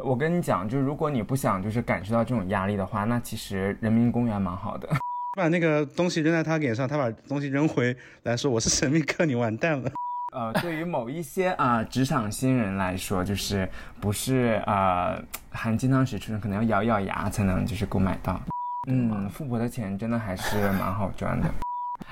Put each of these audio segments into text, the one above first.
我跟你讲，就是如果你不想就是感受到这种压力的话，那其实人民公园蛮好的。 把那个东西扔在他脸上，他把东西扔回来说我是神秘客，你完蛋了。呃，对于某一些啊、职场新人来说，就是不是啊、含金汤匙出生，可能要咬咬牙才能就是购买到。嗯，富婆的钱真的还是蛮好赚的。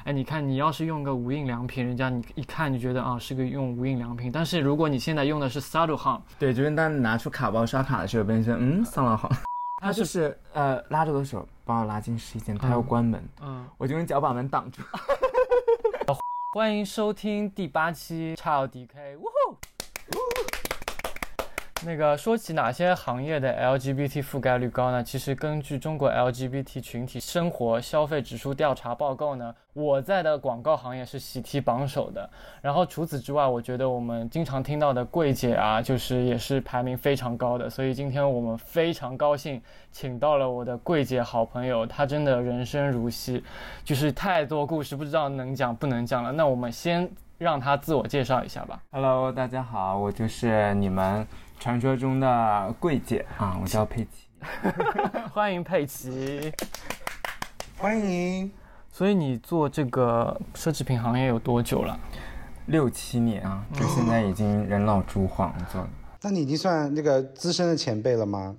哎，你看，你要是用个无印良品，人家你一看就觉得啊是个用无印良品，但是如果你现在用的是 s a d o h a n 对，就是当你拿出卡包刷卡的时候，别人说嗯，桑老好。 他就是呃拉着我的手把我拉进试衣间，他要关门，嗯，我就用脚把门挡住。欢迎收听第八期 Child DK，呜呼！那个说起哪些行业的 LGBT 覆盖率高呢？其实根据中国 LGBT 群体生活消费指数调查报告呢，我在的广告行业是喜提榜首的。然后除此之外，我觉得我们经常听到的柜姐啊，就是也是排名非常高的。所以今天我们非常高兴，请到了我的柜姐好朋友，她真的人生如戏，就是太多故事不知道能讲不能讲了。那我们先让她自我介绍一下吧。 Hello，大家好，我就是你们传说中的柜姐啊，我叫佩奇。欢迎佩奇。欢迎，所以你做这个奢侈品行业有多久了？六七年啊，就现在已经人老珠黄做，那你已经算那个资深的前辈了吗？。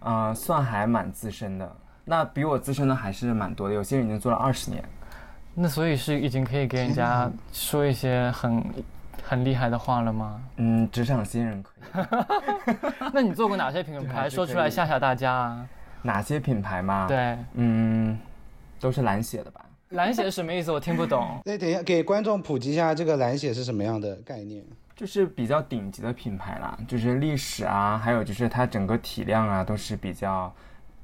啊、算还蛮资深的。那比我资深的还是蛮多的，有些人已经做了二十年。那所以是已经可以给人家说一些很很厉害的话了吗？嗯，职场新人可以。那你做过哪些品牌？还是说出可来以吓吓大家啊！哪些品牌嘛？，对，嗯，都是蓝血的吧？蓝血是什么意思？我听不懂那等一下给观众普及一下这个蓝血是什么样的概念？就是比较顶级的品牌啦，就是历史啊，还有就是它整个体量啊都是比较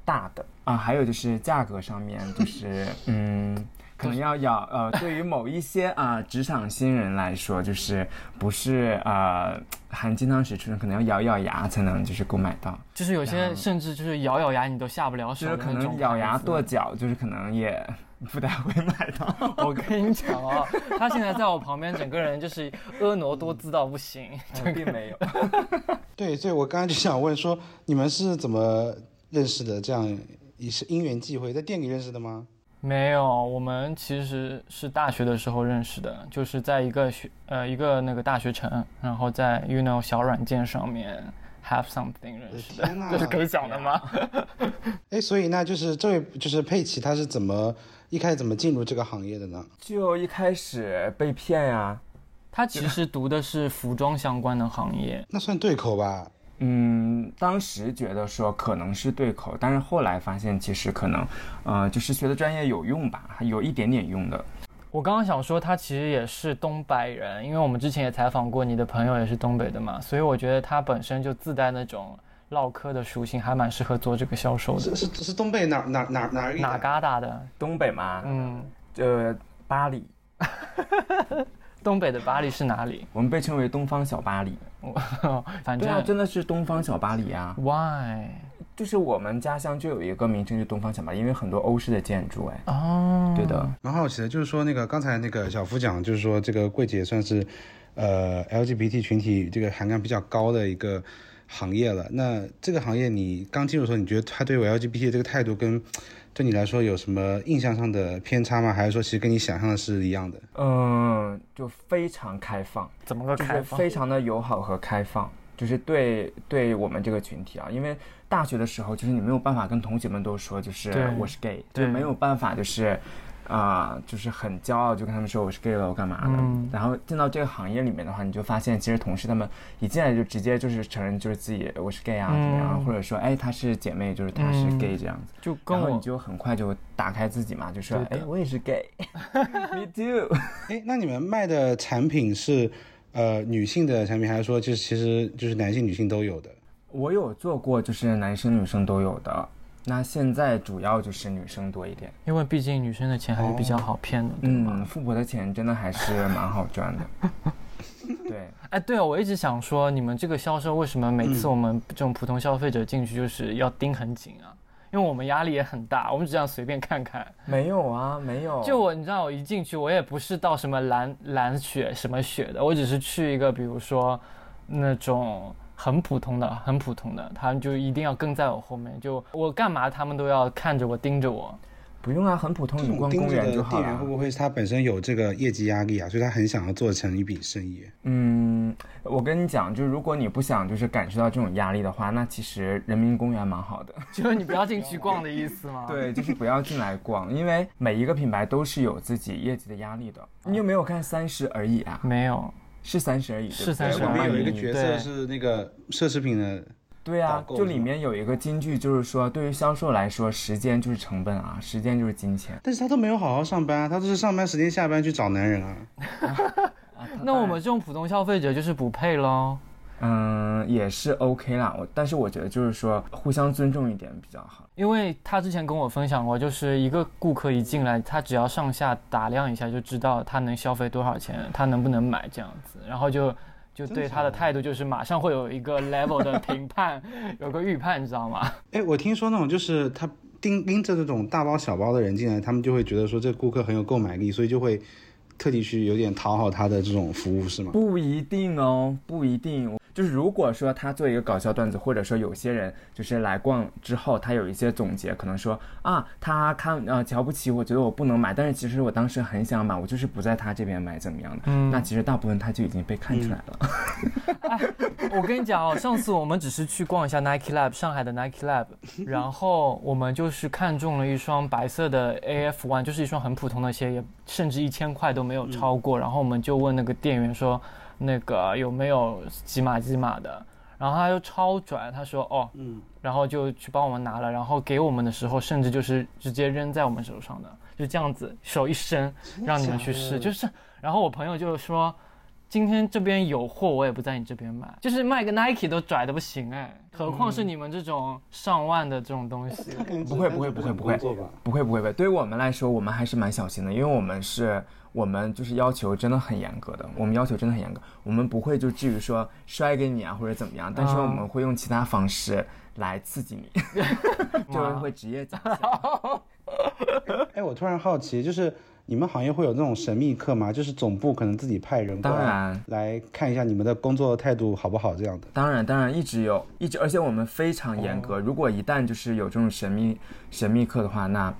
大的啊，还有就是价格上面就是嗯。可能要要呃，对于某一些啊、职场新人来说，就是不是呃含金汤匙出生，可能要咬咬牙才能就是购买到，就是 有些甚至就是咬咬牙你都下不了手就的是那可种牌子。能咬牙跺脚，就是可能也 不太会买到。 我跟你讲哦，他现在在我旁边，整个人就是婀娜多姿到不行。并没有，对，所以我刚刚就想问说，你们是怎么认识的？这样也是因缘际会，在店里认识的吗？ 没有，我们其实是大学的时候认识的，就是在一个学呃一个那个大学城，然后在 you know 小软件上面 have something 认识的天，哪这是 可以讲的吗？哎，所以那就是这位就是佩奇，他是怎么一开始怎么进入这个行业的呢？就一开始被骗啊呀、他其实读的是服装相关的行业，那算对口吧？嗯，当时觉得说可能是对口，但是后来发现其实可能，呃，就是学的专业有用吧，还有一点点用的。我刚刚想说，他其实也是东北人，因为我们之前也采访过你的朋友也是东北的嘛，所以我觉得他本身就自带那种唠嗑的属性，还蛮适合做这个销售的。是是是东北哪哪哪哪里的哪旮瘩的？东北嘛，嗯，呃，巴黎，东北的巴黎是哪里？ 我们被称为东方小巴黎。反对啊，正真的是东方小巴黎啊， why 就是我们家乡就有一个名称就东方小巴黎，因为很多欧式的建筑，哎，哦，对的，蛮好奇的，就是说那个刚才那个小夫讲，就是说这个柜姐算是，呃，LGBT 群体这个含量比较高的一个行业了。那这个行业你刚进入的时候，你觉得他对我 LGBT 这个态度跟对你来说有什么印象上的偏差吗？还是说其实跟你想象的是一样的？嗯、就非常开放。怎么个就是开放？非常的友好和开放，就是对对我们这个群体啊，因为大学的时候，就是你没有办法跟同学们都说，就是对我是 gay，对就没有办法，就是啊、就是很骄傲，就跟他们说我是 gay 了，我干嘛的。嗯然后进到这个行业里面的话，你就发现，其实同事他们一进来就直接就是承认就是自己我是 gay 啊，怎么样，嗯或者说哎她是姐妹，就是她是嗯 gay 这样子，就跟然后我你就很快就打开自己嘛，就说对哎的我也是 gay，me too。哎，那你们卖的产品是呃女性的产品，还是说就是其实就是男性女性都有的？我有做过，就是男生女生都有的。那现在主要就是女生多一点。因为毕竟女生的钱还是比较好骗的，对吧？嗯，富婆的钱真的还是蛮好赚的。 对，哎，对啊，我一直想说，你们这个销售为什么每次我们这种普通消费者进去就是要盯很紧啊？因为我们压力也很大，我们只想随便看看。没有啊，没有。就我，你知道，我一进去，我也不是到什么蓝蓝雪什么雪的，我只是去一个，比如说那种很普通的、很普通的，他们就一定要跟在我后面，就我干嘛他们都要看着我、盯着我。 不用啊，很普通，你逛公园就好店员会了。不会是他本身有这个业绩压力啊？所以他很想要做成一笔生意。嗯，我跟你讲，就是如果你不想就是感受到这种压力的话，那其实人民公园蛮好的。就是你不要进去逛的意思吗？，对，就是不要进来逛，因为每一个品牌都是有自己业绩的压力的。你有没有看《三十而已》啊？没有，是《三十而已》对不对是30而已里王面曼有一个妮角色是那个奢侈品的，对导啊，购就是里吗面有一个金句，就是说对于销售来说，时间就是成本啊，时间就是金钱。但是他都没有好好上班啊，他都是上班时间下班去找男人啊。那我们这种普通消费者就是不配喽。嗯，也是 OK 啦。我但是我觉得就是说互相尊重一点比较好。因为他之前跟我分享过，就是一个顾客一进来，他只要上下打量一下就知道他能消费多少钱，他能不能买这样子，然后就就对他的态度就是马上会有一个 level 的 评判，有个预判，你知道吗？哎，我听说那种就是他盯拎着那种大包小包的人进来，他们就会觉得说这顾客很有购买力，所以就会特地去有点讨好他的这种服务，是吗？不一定哦，不一定。就是如果说他做一个搞笑段子，或者说有些人就是来逛之后，他有一些总结，可能说啊，他看呃瞧不起我，觉得我不能买，但是其实我当时很想买，我就是不在他这边买，怎么样的？嗯那其实大部分他就已经被看出来了。 我跟你讲哦，上次我们只是去逛一下 Nike Lab 上海的 Nike Lab，然后我们就是看中了一双白色的 AF One，就是一双很普通的鞋，也甚至一千块都没有超过。然后我们就问那个店员说，那个有没有几码几码的？然后他就超拽，他说哦，嗯，然后就去帮我们拿了，然后给我们的时候，甚至就是直接扔在我们手上的，就这样子手一伸，让你们去试，就是。然后我朋友就说，今天这边有货，我也不在你这边买，就是卖个 Nike 都拽的不行哎，何况是你们这种上万的这种东西。不会不会不会不会做吧。不会不会不会，对于我们来说，我们还是蛮小心的，因为我们是，我们就是要求真的很严格的，我们要求真的很严格，我们不会就至于说摔给你啊或者怎么样，但是我们会用其他方式来刺激你，就是会职业讲。哎，我突然好奇，就是你们行业会有那种神秘客吗？就是总部可能自己派人过当来然，来看一下你们的工作态度好不好这样的。当然，当然一直有，一直，而且我们非常严格。如果一旦就是有这种神秘神秘课的话，那，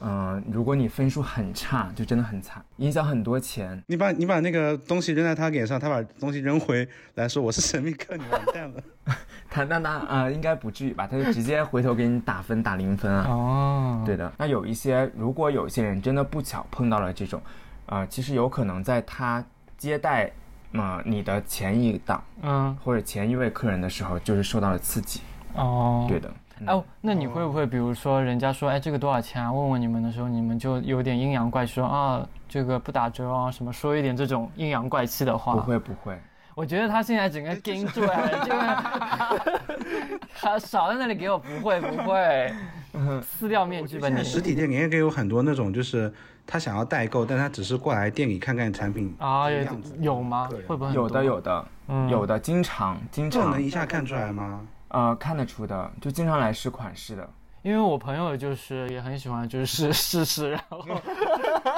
嗯、如果你分数很差，就真的很惨，影响很多钱。你把你把那个东西扔在他脸上，他把东西扔回来说我是神秘客，你完蛋了。 他那那呃，应该不至于吧？他就直接回头给你打分，打零分啊。哦，对的，那有一些，如果有一些人真的不巧碰到了这种，呃，其实有可能在他接待，呃，你的前一档嗯，或者前一位客人的时候，就是受到了刺激。哦，对。的，哎，那你会不会比如说人家说哎这个多少钱啊？问问你们的时候，你们就有点阴阳怪气说啊这个不打折啊什么，说一点这种阴阳怪气的话。不会不会，我觉得他现在整个盯住了，就是他少在那里给我不会不会，撕掉面具吧你。实体店里面也有很多那种，就是他想要代购，但他只是过来店里看看产品啊，这个有样子有吗对？会不会很有的多有的、嗯有的，经常经这种常能一下看出来吗？呃看得出的，就经常来试款式的。因为我朋友就是也很喜欢，就是试试，然后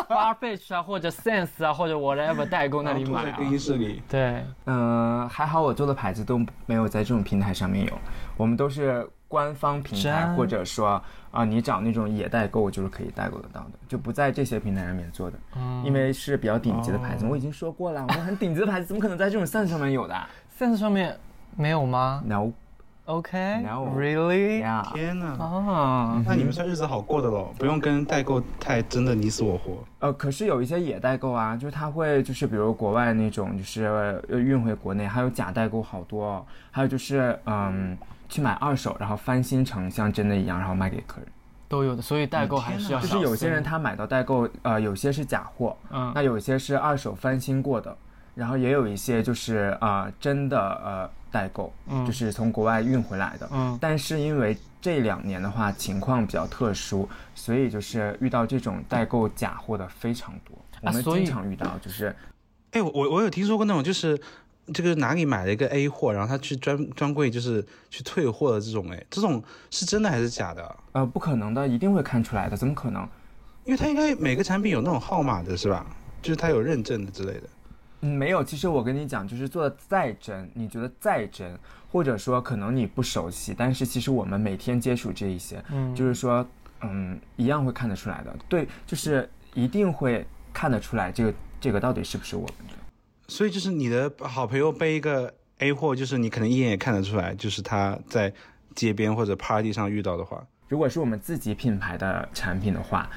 Farfetch 啊或者 Sense 啊或者 whatever 代购那里买啊。室里，对，嗯、还好我做的牌子都没有在这种平台上面有，我们都是官方平台，真或者说啊、你找那种野代购就是可以代购得到的，就不在这些平台上面做的，因为是比较顶级的牌子。哦我已经说过了，我们很顶级的牌子，怎么可能在这种 Sense 上面有的啊，Sense 上面没有吗？No，No ？OK，Really？呀、天哪！啊，那你们算日子好过的喽，不用跟代购太真的你死我活。呃，可是有一些野代购啊，就是他会就是比如国外那种就是呃运回国内，还有假代购好多、哦，还有就是嗯去买二手，然后翻新成像真的一样，然后卖给客人。都有的，所以代购还是要就小是有些心人他买到代购，呃，有些是假货，嗯那有些是二手翻新过的，然后也有一些就是呃真的呃代购，就是从国外运回来的，嗯但是因为这两年的话情况比较特殊，所以就是遇到这种代购假货的非常多，我们啊所以经常遇到，就是哎，我我我有听说过那种，就是这个哪里买了一个 A 货，然后他去专专柜就是去退货的这种，哎，这种是真的还是假的啊？呃不可能的，一定会看出来的，怎么可能？因为他应该每个产品有那种号码的是吧？就是他有认证的之类的。嗯没有，其实我跟你讲，就是做的再真，你觉得再真，或者说可能你不熟悉，但是其实我们每天接触这一些，嗯就是说，嗯，一样会看得出来的。对，就是一定会看得出来这个这个到底是不是我们的。所以就是你的好朋友被一个 A 货，就是你可能一眼也看得出来，就是他在街边或者 party 上遇到的话，如果是我们自己品牌的产品的话，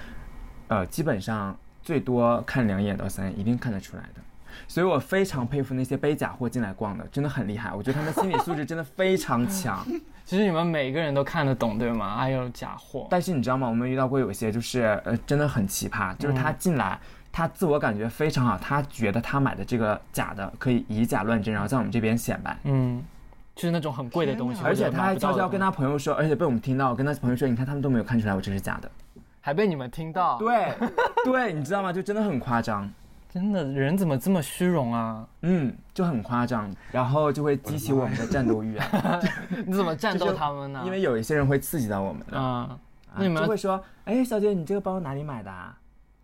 呃，基本上最多看两眼到三眼，一定看得出来的。所以我非常佩服那些背假货进来逛的，真的很厉害。我觉得他们心理素质真的非常 强。其实你们每个人都看得懂，对吗？还有假货，但是你知道吗？我们遇到过有一些就是呃，真的很奇葩，就是嗯他进来，他自我感觉非常好，他觉得他买的这个假的可以以假乱真，然后在我们这边显摆。嗯，就是那种很贵的东西，而且他还悄悄跟他他朋友说，而且被我们听到，我跟他朋友说，你看他们都没有看出来我这是假的。还被你们听到，，对， 对，你知道吗？就真的很夸张。真的人怎么这么虚荣 啊？嗯，就很夸张，然后就会激起我们的战斗欲 啊，你怎么战就是斗他们呢？因为有一些人会刺激到我们的，啊啊嗯那你们就会说，哎，小姐，你这个包哪里买的啊？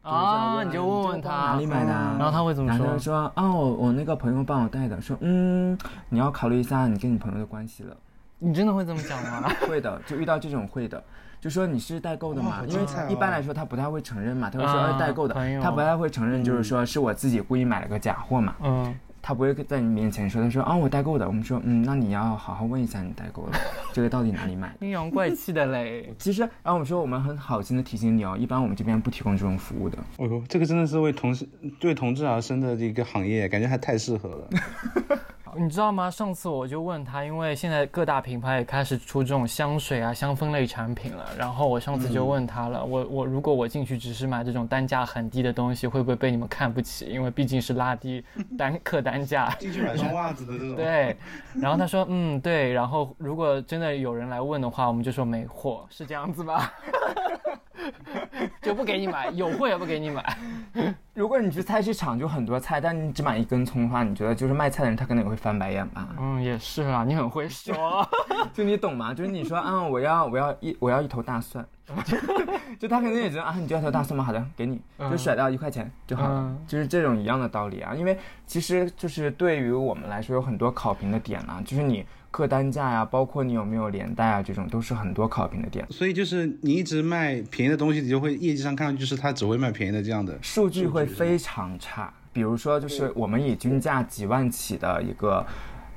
就是这样啊，你就你这问个问包他哪里买的啊嗯然后他会怎么然后说他就？说，哦，我那个朋友帮我带的，说，嗯，你要考虑一下你跟你朋友的关系了。你真的会这么讲吗？ 会的，就遇到这种会的，就说你是代购的哇嘛好，因为精彩哦一般来说他不太会承认嘛，他会说啊哎代购的朋友，他不太会承认，就是说是我自己故意买了个假货嘛，嗯，他不会在你面前说，他说啊我代购的，我们说嗯，那你要好好问一下你代购的 这个到底哪里买的。。阴阳怪气的嘞其实，然后我们说，我们很好心的提醒你哦，一般我们这边不提供这种服务的。哦呦，这个真的是为同事对同志而生的一个行业，感觉还太适合了。你知道吗？上次我就问他，因为现在各大品牌也开始出这种香水啊、香氛类产品了。然后我上次就嗯问他了，我我如果我进去只是买这种单价很低的东西，会不会被你们看不起？因为毕竟是 拉低单客单价。进去买双袜子的这种，对，然后他说，嗯，对，然后如果真的有人来问的话，我们就说没货，是这样子吧？ 就不给你买，有货也不给你买。如果你去菜市场，就很多菜，但你只买一根葱的话，你觉得就是卖菜的人他可能也会翻白眼吧？嗯，也是啊，你很会说。 就你懂吗？就是你说，嗯，我要我要一我要一头大蒜， 就他肯定也觉得啊，你就要头大蒜吗？好的，给你，就甩掉一块钱就好了，嗯就是这种一样的道理啊。因为其实就是对于我们来说有很多考评的点啊，就是你客单价呀、包括你有没有连带啊，这种都是很多考评的点。所以就是你一直卖便宜的东西，你就会业绩上看上去就是他只会卖便宜的这样的。数据会非常差。比如说，就是我们以均价几万起的一个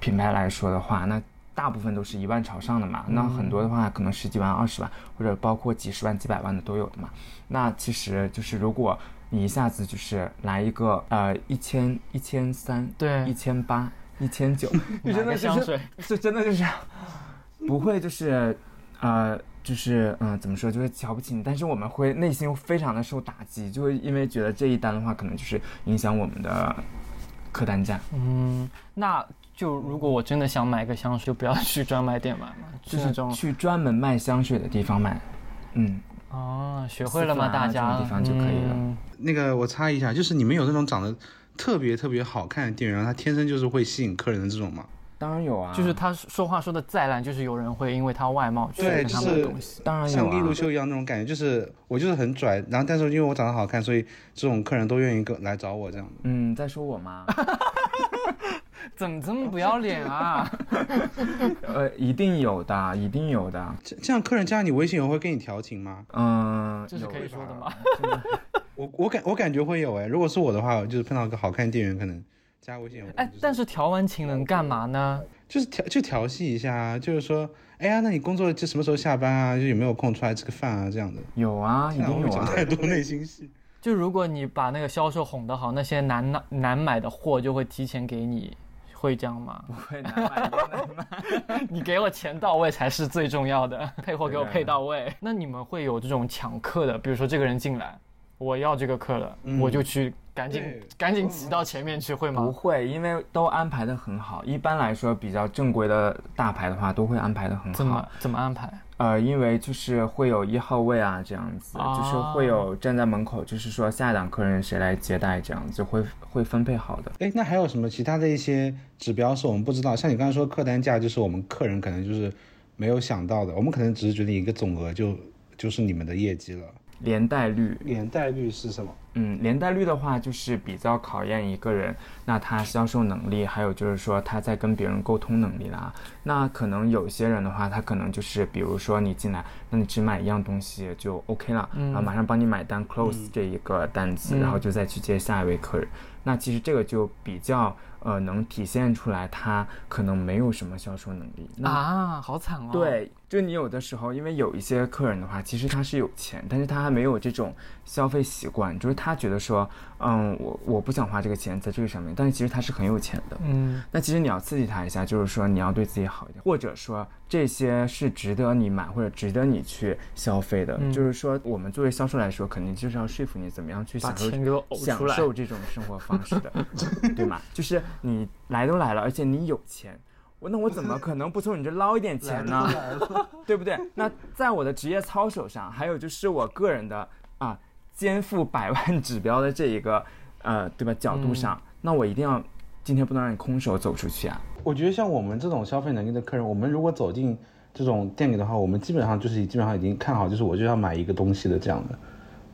品牌来说的话，那大部分都是一万朝上的嘛。那很多的话，可能十几万、二十万，或者包括几十万、几百万的都有的嘛。那其实就是，如果你一下子就是来一个呃一千、一千三、 对一千八、一千 九，就买真个的香就是水，就真的就是不会就是呃就是嗯、怎么说就是瞧不起你，但是我们会内心非常的受打击，就会因为觉得这一单的话可能就是影响我们的客单价，嗯，那就如果我真的想买个香水，就不要去专卖店买嘛，就那是种去专门卖香水的地方买，嗯，哦，学会了丝吗？芙兰啊大这家种地方就可以了嗯那个我插一下，就是你们有那种长得特别特别好看的店员，然后他天生就是会吸引客人的这种吗？当然有啊，就是他说话说的再烂，就是有人会因为他外貌去对跟就他买是东西。当然有像啊利，路修一样那种感觉，就是我就是很拽，然后但是因为我长得好看，所以这种客人都愿意跟来找我这样的。嗯，在说我吗？怎么这么不要脸啊？ 呃，一定有的，一定有的，这这样客人加你微信，我会跟你调情吗？嗯，这是可以有说的吧吗？我我感我感觉会有哎，如果是我的话，就是碰到一个好看的店员，可能加微信我、就是。哎，但是调完情能干嘛呢？就是调就调戏一下啊，就是说，哎呀，那你工作就什么时候下班啊？就有没有空出来吃个饭啊？这样的。有啊，一这样定我有会讲啊，太多内心戏。就如果你把那个销售哄得好，那些难拿难买的货就会提前给你，会这样吗？会难买一定难买你给我钱到位才是最重要的，配货给我对啊配到位。那你们会有这种抢客的，比如说这个人进来，我要这个客了，嗯我就去赶紧对赶紧挤到前面去，会不吗？会，因为都安排的很好。一般来说，比较正规的大牌的话，都会安排的很怎好么。怎么安排？呃，因为就是会有一号位啊，这样子，啊就是会有站在门口，就是说下一档客人谁来接待，这样子会会分配好的。哎，那还有什么其他的一些指标是我们不知道？像你刚才说客单价，就是我们客人可能就是没有想到的，我们可能只是觉得一个总额就就是你们的业绩了。连带率，连带率是什么？嗯，连带率的话就是比较考验一个人，那他销售能力，还有就是说他在跟别人沟通能力啦。那可能有些人的话，他可能就是比如说你进来，那你只买一样东西就 OK 了，然后马上帮你买单 close 这一个单子，然后就再去接下一位客人。那其实这个就比较呃能体现出来他可能没有什么销售能力。那啊，好惨哦。，对，就你有的时候，因为有一些客人的话，其实他是有钱，但是他还没有这种消费习惯，就是他觉得说，嗯，我我不想花这个钱在这个上面，但是其实他是很有钱的。嗯那其实你要刺激他一下，就是说你要对自己好一点，或者说这些是值得你买或者值得你去消费的。嗯就是说，我们作为销售来说，肯定就是要说服你怎么样去把享受钱给我呕出享来受这种生活方式 的，对吗？就是你来都来了，而且你有钱。我那我怎么可能不从你这捞一点钱呢？对不对？那在我的职业操守上，还有就是我个人的啊，肩负百万指标的这一个呃，对吧？角嗯度上，那我一定要今天不能让你空手走出去啊！我觉得像我们这种消费能力的客人，我们如果走进这种店里的话，我们基本上就是基本上已经看好，就是我就要买一个东西的这样的，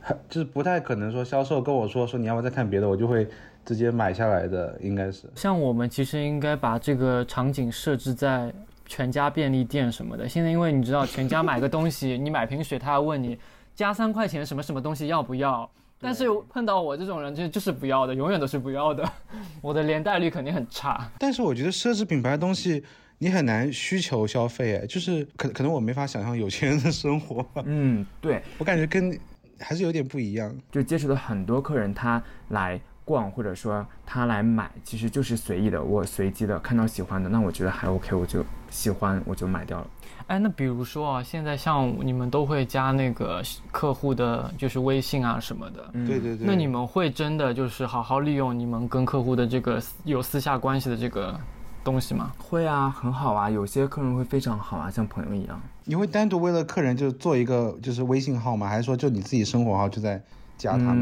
还就是不太可能说销售跟我说说你要不要再看别的，我就会直接买下来的，应该是。像我们其实应该把这个场景设置在全家便利店什么的。现在因为你知道，全家买个东西，你买瓶水，他还问你加三块钱什么什么东西要不要。但是碰到我这种人，就就是不要的，永远都是不要的。 我的连带率肯定很差。但是我觉得奢侈品牌的东西，你很难需求消费，哎，就是可可能我没法想象有钱人的生活吧，嗯，对，我感觉跟还是有点不一样。就接触的很多客人，他来逛或者说他来买，其实就是随意的，我随机的看到喜欢的，那我觉得还 OK，我就喜欢我就买掉了。哎，那比如说啊，现在像你们都会加那个客户的，就是微信啊什么的。嗯对对对，那你们会真的就是好好利用你们跟客户的这个私有私下关系的这个东西吗？会啊，很好啊，有些客人会非常好啊，像朋友一样。你会单独为了客人就做一个就是微信号吗？还是说就你自己生活号就在加他们？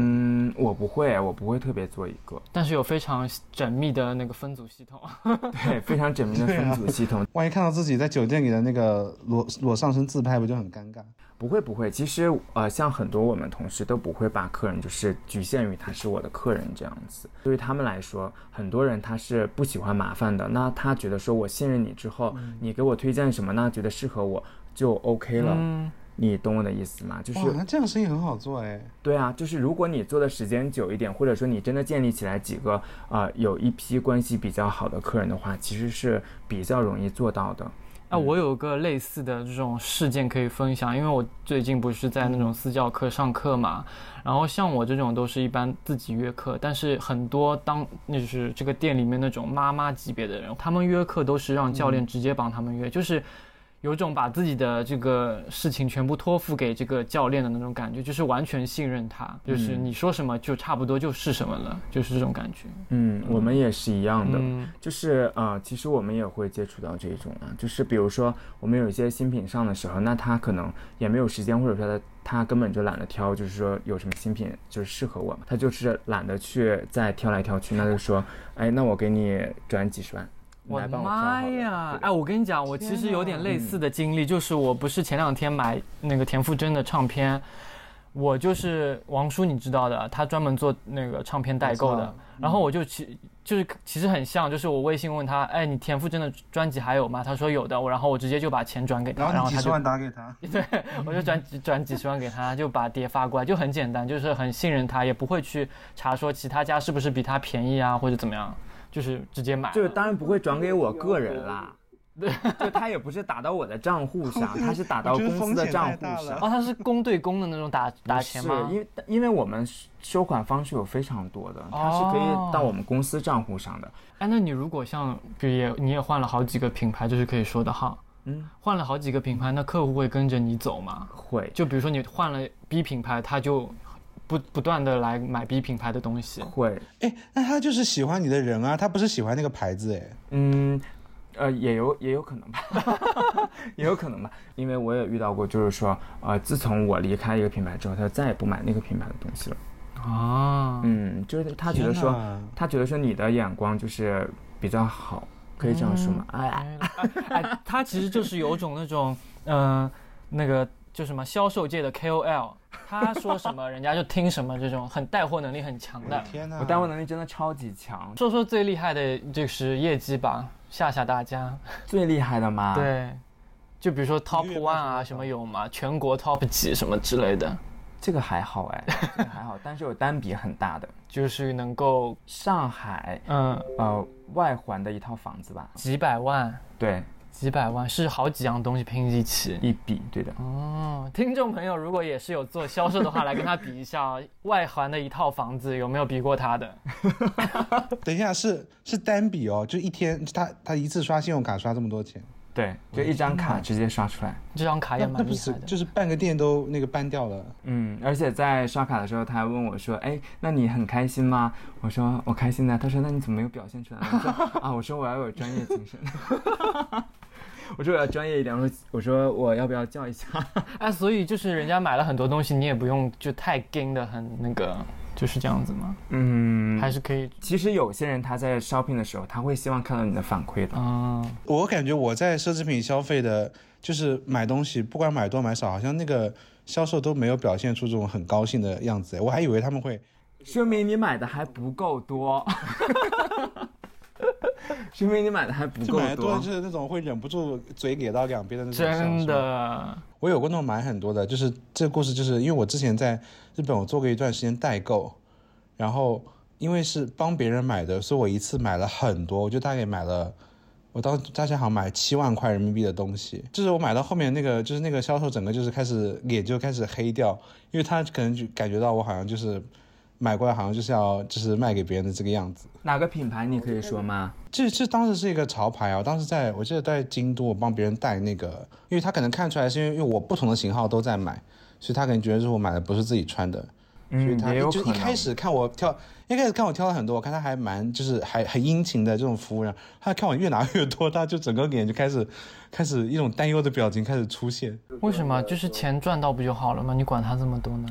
嗯，我不会，我不会特别做一 个，但是有非常缜密的那个分组系统。对，非常缜密的分组系统，万一看到自己在酒店里的那个裸裸上身自拍，不就很尴尬？不会不会，其实呃，像很多我们同事都不会把客人就是局限于他是我的客人这样子。对于他们来说，很多人他是不喜欢麻烦的。那他觉得说我信任你之后，你给我推荐什么呢？觉得适合我就 OK 了。嗯，你懂我的意思吗？就是哇，那这样生意很好做哎。对啊，就是如果你做的时间久一点，或者说你真的建立起来几个呃有一批关系比较好的客人的话，其实是比较容易做到的。哎、我有个类似的这种事件可以分享，因为我最近不是在那种私教课上课嘛，然后像我这种都是一般自己约课，但是很多当那就是这个店里面那种妈妈级别的人，他们约课都是让教练直接帮他们约，就是有种把自己的这个事情全部托付给这个教练的那种感觉，就是完全信任他，就是你说什么就差不多就是什么了，就是这种感觉。嗯，我们也是一样的。嗯就是呃，其实我们也会接触到这种啊，就是比如说我们有一些新品上的时候，那他可能也没有时间，或者说他他根本就懒得挑，就是说有什么新品就是适合我嘛，他就是懒得去再挑来挑去，那就说，哎，那我给你转几十万，你我来的帮我挑好妈了呀！对哎，我跟你讲，我其实有点类似的经历，就是我不是前两天买那个田馥甄的唱片，我就是王叔，你知道的，他专门做那个唱片代购我知的道。然嗯后我就其就是其实很像，就是我微信问他，哎，你田馥甄的专辑还有吗？他说有的，我然后我直接就把钱转给他，然后他就打给他，我就转几转几十万给他，就把碟发过来，就很简单，就是很信任他，也不会去查说其他家是不是比他便宜啊，或者怎么样，就是直接买了。就是当然不会转给我个人 啦，对，就他也不是打到我的账户上，他是打到我觉得公司风的险账太户大上了。哦，他是公对公的那种打打钱是吗？因为因为我们收款方式有非常多的，它是可哦以到我们公司账户上的。哎，那你如果像，比如也你也换了好几个品牌，这是可以说的哈。嗯，换了好几个品牌，那客户会跟着你走吗？会就比如说你换了 B 品牌，他就不不断的来买 B 品牌的东西。会，哎，那他就是喜欢你的人啊，他不是喜欢那个牌子哎。嗯，呃，也有也有可能吧，也有可能吧， 因为我也遇到过，就是说，呃，自从我离开一个品牌之后，他就再也不买那个品牌的东西了。啊，嗯，就是他觉得天说，哪他觉得说你的眼光就是比较好，可以这样说吗？哎，哎哎，呃他其实就是有种那种，嗯、那个叫什么销售界的 KOL，他说什么人家就听什么，这种很带货能力很强的。天哪！我带货能力真的超级强，说说最厉害的就是业绩吧，吓吓大家。最厉害的嘛。，对，就比如说 top 一个月 one 啊，什么有吗？全国 top 几什么之类的，这个还好哎，这个还好，但是有单笔很大的就是能够上海嗯呃外环的一套房子吧，几百万，对，几百万是好几样东西拼一起。一笔，对的。哦，听众朋友，如果也是有做销售的话，来跟他比一下啊，外环的一套房子有没有比过他的？等一下是是单笔哦，就一天他他一次刷信用卡刷这么多钱，对，就一张卡直接刷出来。这张卡也那那蛮不厉是害的，就是半个店都那个搬掉了，嗯，而且在刷卡的时候，他还问我说：“哎，那你很开心吗？”我说：“我开心的。”啊他说：“那你怎么没有表现出来呢？”我说：“啊， 我说我要有专业精神。”我说我要专业一点，我说我说我要不要叫一下？哎，所以就是人家买了很多东西，你也不用就太跟的很那个，就是这样子吗？嗯，还是可以，其实有些人他在 shopping 的时候，他会希望看到你的反馈的。嗯，我感觉我在奢侈品消费的，就是买东西，不管买多买少，好像那个销售都没有表现出这种很高兴的样子。我还以为他们会，说明你买的还不够多， 说明你买的还不就够买的多多的就。是那种会忍不住嘴咧到两边的那种。真，的，我有过那种买很多的，就是这个故事，就是因为我之前在日本，我做过一段时间代购，然后因为是帮别人买的，所以我一次买了很多，我就大概买了。我当当时好像买七万块人民币的东西，就是我买到后面那个，就是那个销售整个就是开始脸就开始黑掉，因为他可能就感觉到我好像就是买过来好像就是要就是卖给别人的这个样子。哪个品牌你可以说吗？这这当时是一个潮牌啊，我当时在我记得在京都，我帮别人带那个，因为他可能看出来是因为因为我不同的型号都在买，所以他可能觉得是我买的不是自己穿的，所以嗯，他也有就可一能。开始看我挑，一开始看我挑了很多，我看他还蛮就是还很殷勤的这种服务，然后他看我越拿越多，他就整个脸就开始开始一种担忧的表情开始出现，为什么？就是钱赚到不就好了吗？你管他这么多呢？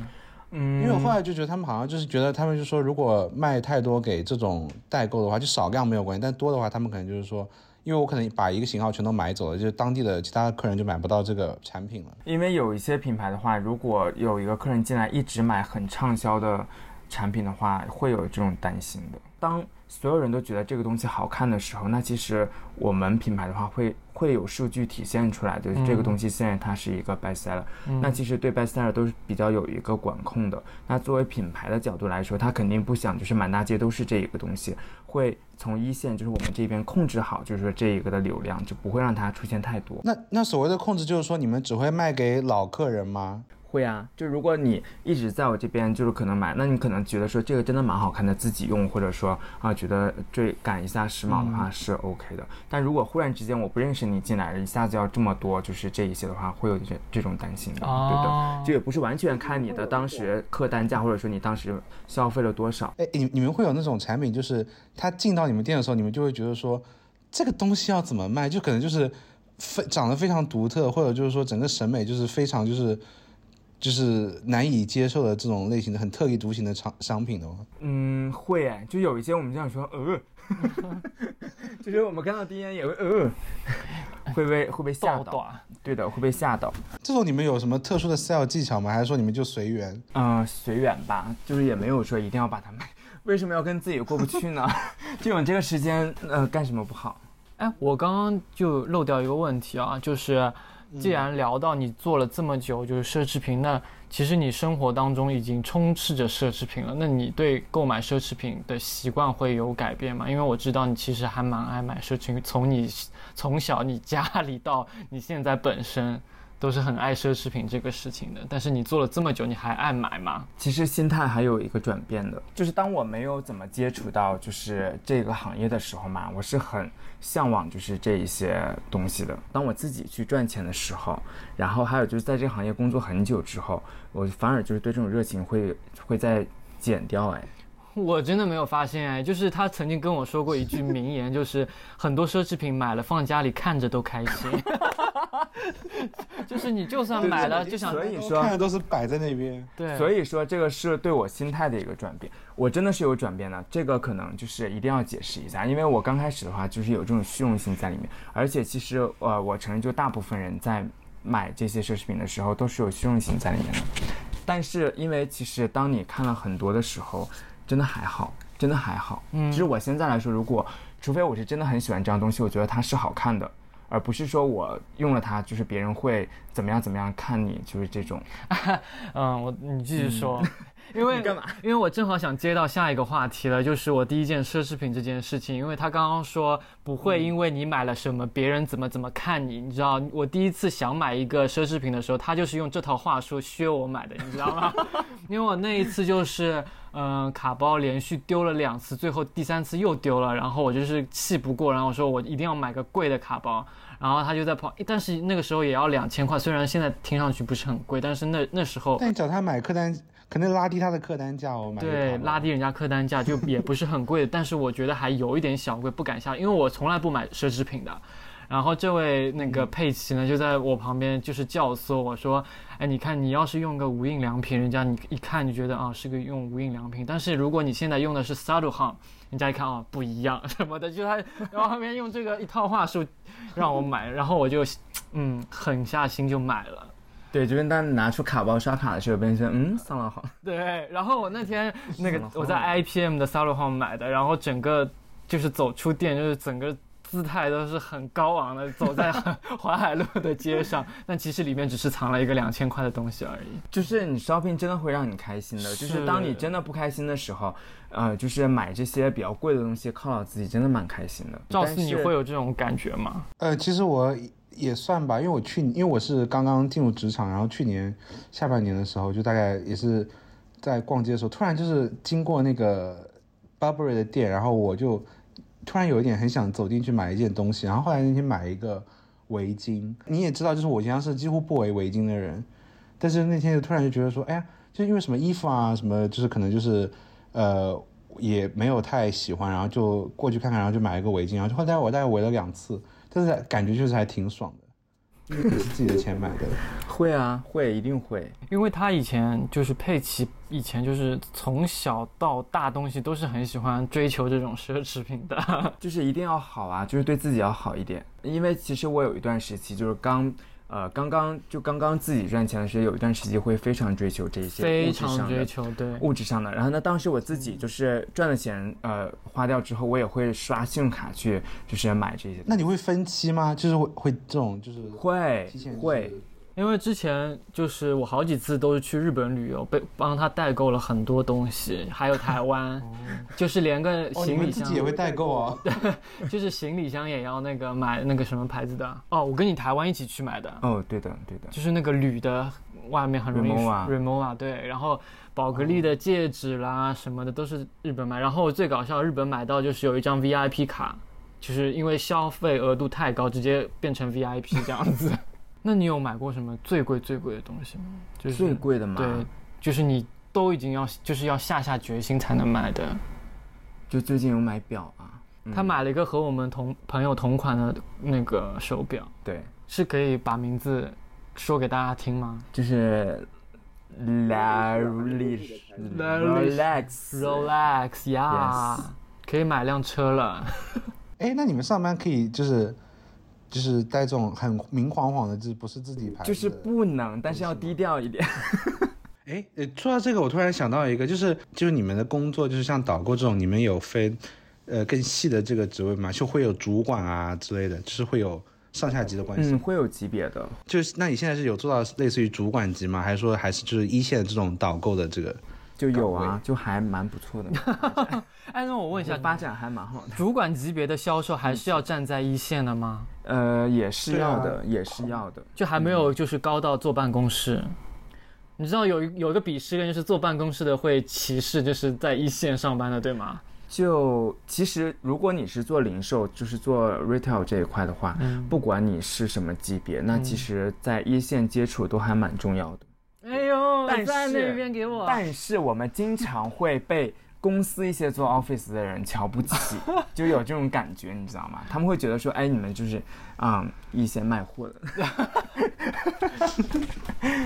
嗯，因为我后来就觉得他们好像就是觉得他们就说如果卖太多给这种代购的话，就少量没有关系，但多的话他们可能就是说。因为我可能把一个型号全都买走了，就是当地的其他客人就买不到这个产品了。因为有一些品牌的话，如果有一个客人进来一直买很畅销的产品的话，会有这种担心的。当所有人都觉得这个东西好看的时候，那其实我们品牌的话会会有数据体现出来，就是这个东西现在它是一个 bestseller，、嗯那其实对 bestseller 都是比较有一个管控的。那作为品牌的角度来说，他肯定不想就是满大街都是这一个东西，会从一线就是我们这边控制好，就是说这一个的流量，就不会让它出现太多。那那所谓的控制就是说，你们只会卖给老客人吗？会啊，就如果你一直在我这边，就是可能买，那你可能觉得说这个真的蛮好看的，自己用，或者说啊觉得追赶一下时髦的话是 OK 的。但如果忽然之间我不认识你进来，一下子要这么多，就是这一些的话，会有这这种担心的，对的。哦，这也不是完全看你的当时客单价，或者说你当时消费了多少。哎，你你们会有那种产品，就是他进到你们店的时候，你们就会觉得说，这个东西要怎么卖，就可能就是非长得非常独特，或者就是说整个审美就是非常就是就是难以接受的这种类型的很特立独行的商商品的哦吗？嗯，会哎，就有一些我们这样说，呃，就是我们看到第一眼也会呃， 会被会被吓爆到，短，对的，会被吓到。这种你们有什么特殊的 sell 技巧吗？还是说你们就随缘？嗯，随缘吧，就是也没有说一定要把它卖。为什么要跟自己过不去呢？ 这种这个时间，呃，干什么不好？哎，我刚刚就漏掉一个问题啊，就是嗯既然聊到你做了这么久，就是奢侈品，那其实你生活当中已经充斥着奢侈品了，那你对购买奢侈品的习惯会有改变吗？因为我知道你其实还蛮爱买奢侈品，从你从小你家里到你现在本身都是很爱奢侈品这个事情的，但是你做了这么久，你还爱买吗？其实心态还有一个转变的，就是当我没有怎么接触到就是这个行业的时候嘛，我是很向往就是这一些东西的。当我自己去赚钱的时候，然后还有就是在这个行业工作很久之后，我反而就是对这种热情会会再减掉哎。 我真的没有发现哎，就是他曾经跟我说过一句 名言，就是很多奢侈品买了放家里看着都开心， 就是你就算买了就想所以看说的都是摆在那边。对，所以以说，这个是对我心态的一个转变，我真的是有转变的。这个可能就是一定要解释一下，因为我刚开始的话就是有这种虚荣心在里面，而且其实呃，我承认，就大部分人在买这些奢侈品的时候都是有虚荣心在里面的。但是因为其实当你看了很多的时候，真的还好，真的还好。嗯，其实我现在来说，如果除非我是真的很喜欢这样东西，我觉得它是好看的，而不是说我用了它，就是别人会怎么样怎么样看你，就是这种。嗯，我你继续 说，因为干嘛？因为我正好想接到下一个话题了，就是我第一件奢侈品这件事情，因为他刚刚说不会因为你买了什么，别人怎么怎么看你，你知道，我第一次想买一个奢侈品的时候，他就是用这套话术削我买的，你知道吗？ 因为我那一次就是，嗯、卡包连续丢了两次，最后第三次又丢了，然后我就是气不过，然后我说我一定要买个贵的卡包，然后他就在跑，但是那个时候也要两千块，虽然现在听上去不是很贵，但是那那时候但你找他买客单，可能拉低他的客单价哦。买这个对卡包拉低人家客单价就也不是很 贵，但是我觉得还有一点小贵，不敢下，因为我从来不买奢侈品的。然后这位那嗯个佩奇呢，就在我旁边就是教唆我说：“哎，你看你要是用个无印良品，人家你一看就觉得啊是个用无印良品，但是如果你现在用的是 s a d u h a n 人家一看啊不一样什么的，就他然后后面用这个一套话术让我买，然后我就嗯狠下心就买了。”对，就是当拿出卡包刷卡的时候，别人说嗯，桑朗好。 对，然后我那天那个什么号我在 IPM 的 s a l o 号买的，然后整个就是走出店，就是整个姿态都是很高昂的，走在 淮海路的街上，但其实里面只是藏了一个两千块的东西而已。就是你 shopping 真的会让你开心的，就是是当你真的不开心的时候，呃，就是买这些比较贵的东西犒劳自己，真的蛮开心的。赵但四，你是会有这种感觉吗？呃，其实我也算吧，因为我去，因为我是刚刚进入职场，然后去年下半年的时候，就大概也是在逛街的时候，突然就是经过那个 Burberry 的店，然后我就突然有一点很想走进去买一件东西，然后后来那天买一个围巾，你也知道，就是我平常是几乎不围围巾的人，但是那天就突然就觉得说，哎呀，就是因为什么衣服啊，什么就是可能就是，呃，也没有太喜欢，然后就过去看看，然后就买了个围巾，然后就后来我大概围了两次，但是感觉就是还挺爽的，因为是自己的钱买 的。会啊，会，一定会。因为他以前就是佩奇，以前就是从小到大东西都是很喜欢追求这种奢侈品的。就是一定要好啊，就是对自己要好一点。因为其实我有一段时期，就是刚呃刚刚就刚刚自己赚钱的时候，有一段时期会非常追求这些非物质常上追的求，对，物质上的。然后呢，当时我自己就是赚了钱，呃，花掉之后，我也会刷信用卡去，就是买这些。那你会分期吗？就是会会这种就是会提前就是会，因为之前就是我好几次都是去日本旅游，被帮他代购了很多东西，还有台湾，就是连个哦，你行们李自箱，己也会代购 啊？就是行李箱也要那个买那个什么牌子的哦，我跟你台湾一起去买的，哦，对的对的，就是那个铝的，外面很容易 Remova Remova 对，然后宝格丽的戒指啦什么的都是日本买，然后最搞笑，日本买到就是有一张 VIP 卡，就是因为消费额度太高，直接变成 VIP 这样子。那你有买过什么最贵最贵的东西吗？就是最贵的嘛，对，就是你都已经要就是要下下决心才能买的。就最近有买表啊，嗯他买了一个和我们同朋友同款的那个手表，对，是可以把名字说给大家听吗就是 Larry Rolex， ？Rolex 呀 Yes 可以买辆车了。哎，那你们上班可以就是就是带这种很明晃晃的，就是不是自己牌子的，就是不能，但是要低调一点。哎，呃说到这个，我突然想到一个，就是就是你们的工作，就是像导购这种，你们有分，呃，更细的这个职位吗？就会有主管啊之类的，就是会有上下级的关系。嗯，会有级别的，就是那你现在是有做到类似于主管级吗？还是说还是就是一线这种导购的这个？就有岗啊位，就还蛮不错的，哎，那我问一下，发展还蛮好的。主管级别的销售还是要站在一线的吗？呃，也是对啊要的，也是要的。就还没有就是高到坐办公室。你知道有一有一个鄙视链，就是坐办公室的会歧视就是在一线上班的，对吗？就其实，如果你是做零售，就是做 retail 这一块的话，嗯嗯不管你是什么级别，那其实在一线接触都还蛮重要的。哎呦，但是在那边给我。但是我们经常会被公司一些做 office 的人瞧不起，就有这种感觉，你知道吗？他们会觉得说，哎，你们就是，嗯，一些卖货的，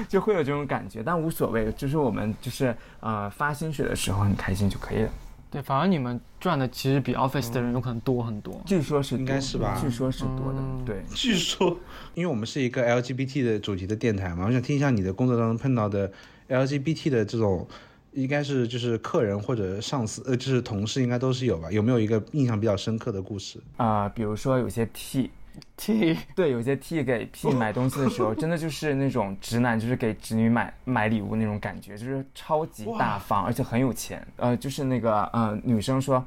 就会有这种感觉，但无所谓，就是我们就是呃发薪水的时候很开心就可以了。对，反而你们赚的其实比 Office 的人有可能多很多。据说是多应该是吧据说是多的，嗯对。据说，因为我们是一个 LGBT 的主题的电台嘛，我想听一下你的工作当中碰到的 LGBT 的这种，应该是就是客人或者上司，呃，就是同事应该都是有吧？有没有一个印象比较深刻的故事？啊、比如说有些 T， T 对，有些 T 给 P 买东西的时候，真的就是那种直男，就是给直女买买礼物那种感觉，就是超级大方，而且很有钱。呃，就是那个呃，女生说，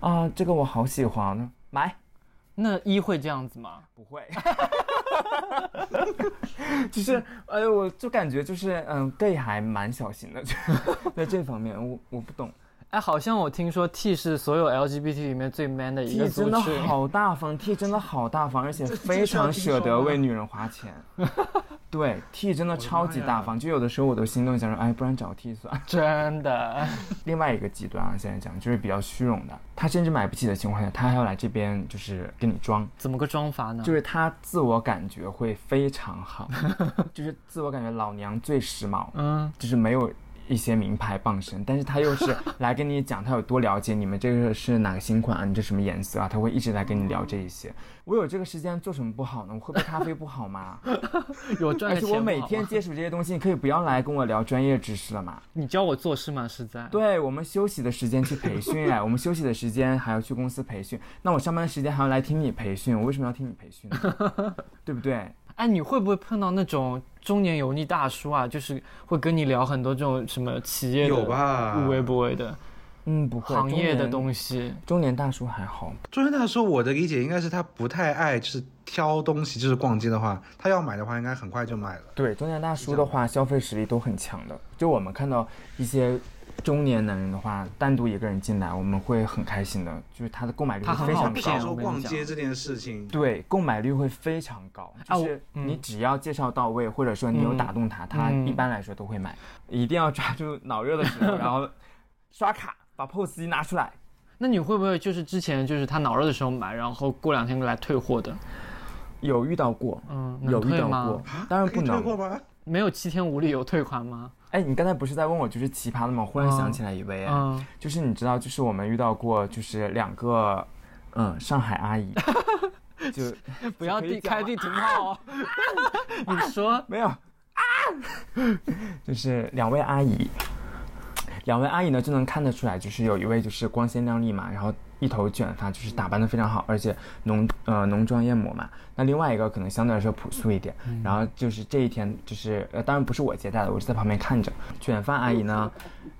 啊、这个我好喜欢，啊买。那一会这样子吗？不会， 就是呃，我就感觉就是嗯，gay 还蛮小心的，就 在这方面我我不懂。哎，好像我听说 T 是所有 LGBT 里面最 man 的一 T 个族真的群。好大方，T 真的好大方，而且非常舍得为女人花钱。对，T 真的超级大方，就有的时候我都心动，想说，哎，不然找 T 算了。 真的，另外一个极端啊，现在讲就是比较虚荣的，他甚至买不起的情况下，他还要来这边就是跟你装，怎么个装法呢？就是他自我感觉会非常好，就是自我感觉老娘最时髦，嗯，就是没有一些名牌傍身，但是他又 是来跟你讲他有多了解你们这个是哪个新款啊，你这什么颜色啊，他会一直来跟你聊这一些。我有这个时间做什么不好呢？我喝杯咖啡不好 吗？有赚而的且钱我每不好天吗接触这些东西，你可以不要来跟我聊专业知识了 嘛。你教我做事吗？是在对我们休息的时间去培训哎，我们休息的时间还要去公司培训，那我上班的时间还要来听你培训，我为什么要听你培训呢？ 对不对？哎，你会不会碰到那种中年油腻大叔啊？就是会跟你聊很多这种什么企业的有吧无微不微的嗯，不会。行业的西，东西。中年大叔还好，中原大叔，我的理解应该是他不太爱就是挑东西，就是逛街的话，他要买的话应该很快就买了。对，中年大叔的话，消费实力都很强的。就我们看到一些中年男人的话，单独一个人进来，我们会很开心的，就是他的购买率他很会非好常不骗高想。我说跟你逛讲街这件事情，对，购买率会非常高，啊就我是嗯你只要介绍到位，或者说你有打动他，他嗯一般来说都会买。一定要抓住脑热的时候，然 后刷卡把 POS 机拿出来。那你会不会就是之前就是他脑热的时候买，然后过两天来退货的？有遇到过，嗯，能有遇退到吗过？，当然可不以退货能。吗？没有七天无理由退款吗？哎，你刚才不是在问我就是奇葩的吗？我忽然嗯想起来一位，哎 嗯，就是你知道，就是我们遇到过，就是两个，嗯，上海阿 姨，就不要可以地讲开吗地图炮哦。 你说 没有 啊，就是两位阿姨，两位阿姨呢就能看得出来，就是有一位就是光鲜亮丽嘛，然后一头卷发，就是打扮的非常好，而且浓呃浓妆艳抹嘛。那另外一个可能相对来说朴素一点，然后就是这一天就是呃，当然不是我接待的，我是在旁边看着。卷发阿姨呢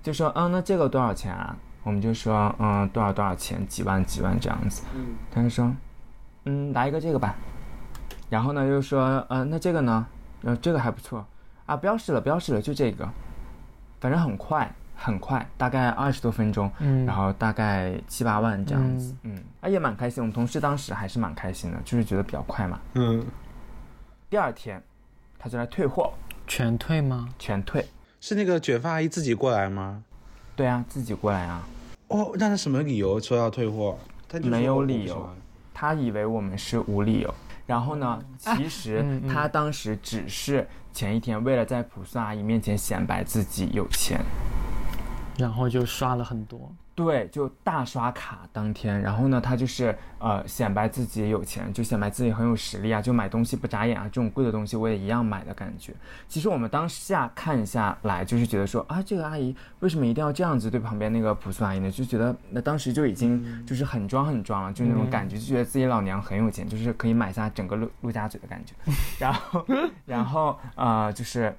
就说，嗯，那这个多少钱啊？我们就说，嗯，多少多少钱，几万几万这样子。他就说，嗯，来一个这个吧。然后呢，又说，呃，那这个呢？呃，这个还不错啊，不要试了，不要试了，就这个。反正很快，很快，大概二十多分钟，嗯然后大概七八万这样子，嗯，啊也蛮开心。我们同事当时还是蛮开心的，就是觉得比较快嘛。嗯，第二天，他就来退货，全退吗？全退。是那个卷发阿姨自己过来吗？对啊，自己过来啊。哦，那他什么理由说要退货？他就说没有我不理喜由欢他以为我们是无理由。然后呢，其实嗯嗯他当时只是前一天为了在朴素阿姨面前显摆自己有钱，然后就刷了很多。对，就大刷卡当天，然后呢，他就是呃显摆自己有钱，就显摆自己很有实力啊，就买东西不眨眼啊，这种贵的东西我也一样买的感觉。其实我们当下看下来，就是觉得说啊，这个阿姨为什么一定要这样子对旁边那个朴素阿姨呢？就觉得那当时就已经就是很装很装了，就那种感觉，就觉得自己老娘很有钱，就是可以买下整个陆陆家嘴的感觉。 然后，然后呃，就是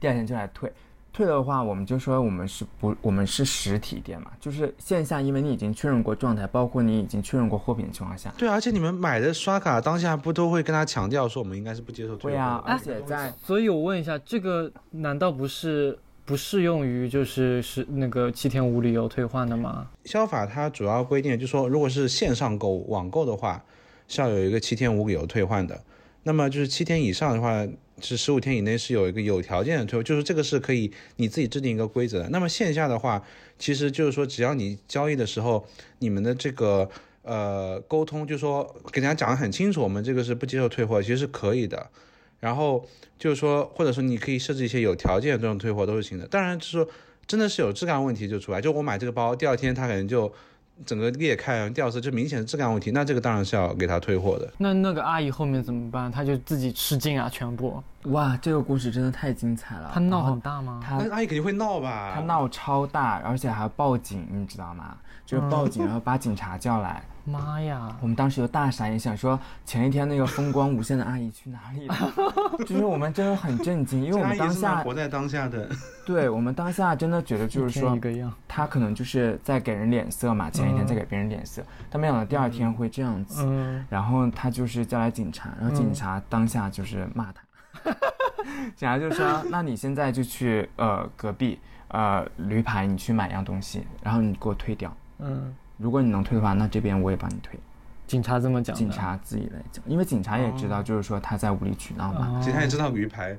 第二天就来退。退的话，我们就说我们是不，我们是实体店嘛，就是线下，因为你已经确认过状态，包括你已经确认过货品的情况下，对啊，而且你们买的刷卡当下不都会跟他强调说我们应该是不接受退对货的？啊，而且在所以我问一下，这个难道不是不适用于就是是那个七天无理由退换的吗？消法它主要规定就是说，如果是线上购物、网购的话，是要有一个七天无理由退换的。那么就是七天以上的话，是十五天以内是有一个有条件的退货，就是这个是可以你自己制定一个规则的。那么线下的话，其实就是说，只要你交易的时候，你们的这个呃沟通，就说给大家讲得很清楚，我们这个是不接受退货，其实是可以的。然后就是说，或者说你可以设置一些有条件的这种退货都是行的。当然，就是说真的是有质感问题就出来。就我买这个包，第二天它可能就整个裂开、掉色，就明显是质感问题。那这个当然是要给他退货的。那那个阿姨后面怎么办？她就自己吃尽啊，全部。哇，这个故事真的太精彩了。她闹然后很大吗？他那阿姨肯定会闹吧？他啊闹超大，而且还报警，你知道吗？就是报嗯警，然后把警察叫来。妈呀！我们当时就大傻眼，想说前一天那个风光无限的阿姨去哪里了？ 就是我们真的很震惊，因为这我个阿们姨当是蛮下活在当下的。对我们当下真的觉得就是天说一个样。他可能就是在给人脸色嘛，前一天在给别人脸色，但没想到第二天会这样子。嗯，然后他就是叫来警察，然后警察当下就是骂他，警察就说：“那你现在就去呃隔壁呃驴牌，你去买样东西，然后你给我退掉。嗯，如果你能退的话，那这边我也帮你退。警察这么讲的。警察自己来讲，因为警察也知道，就是说他在无理取闹嘛，哦。其实他也知道驴牌，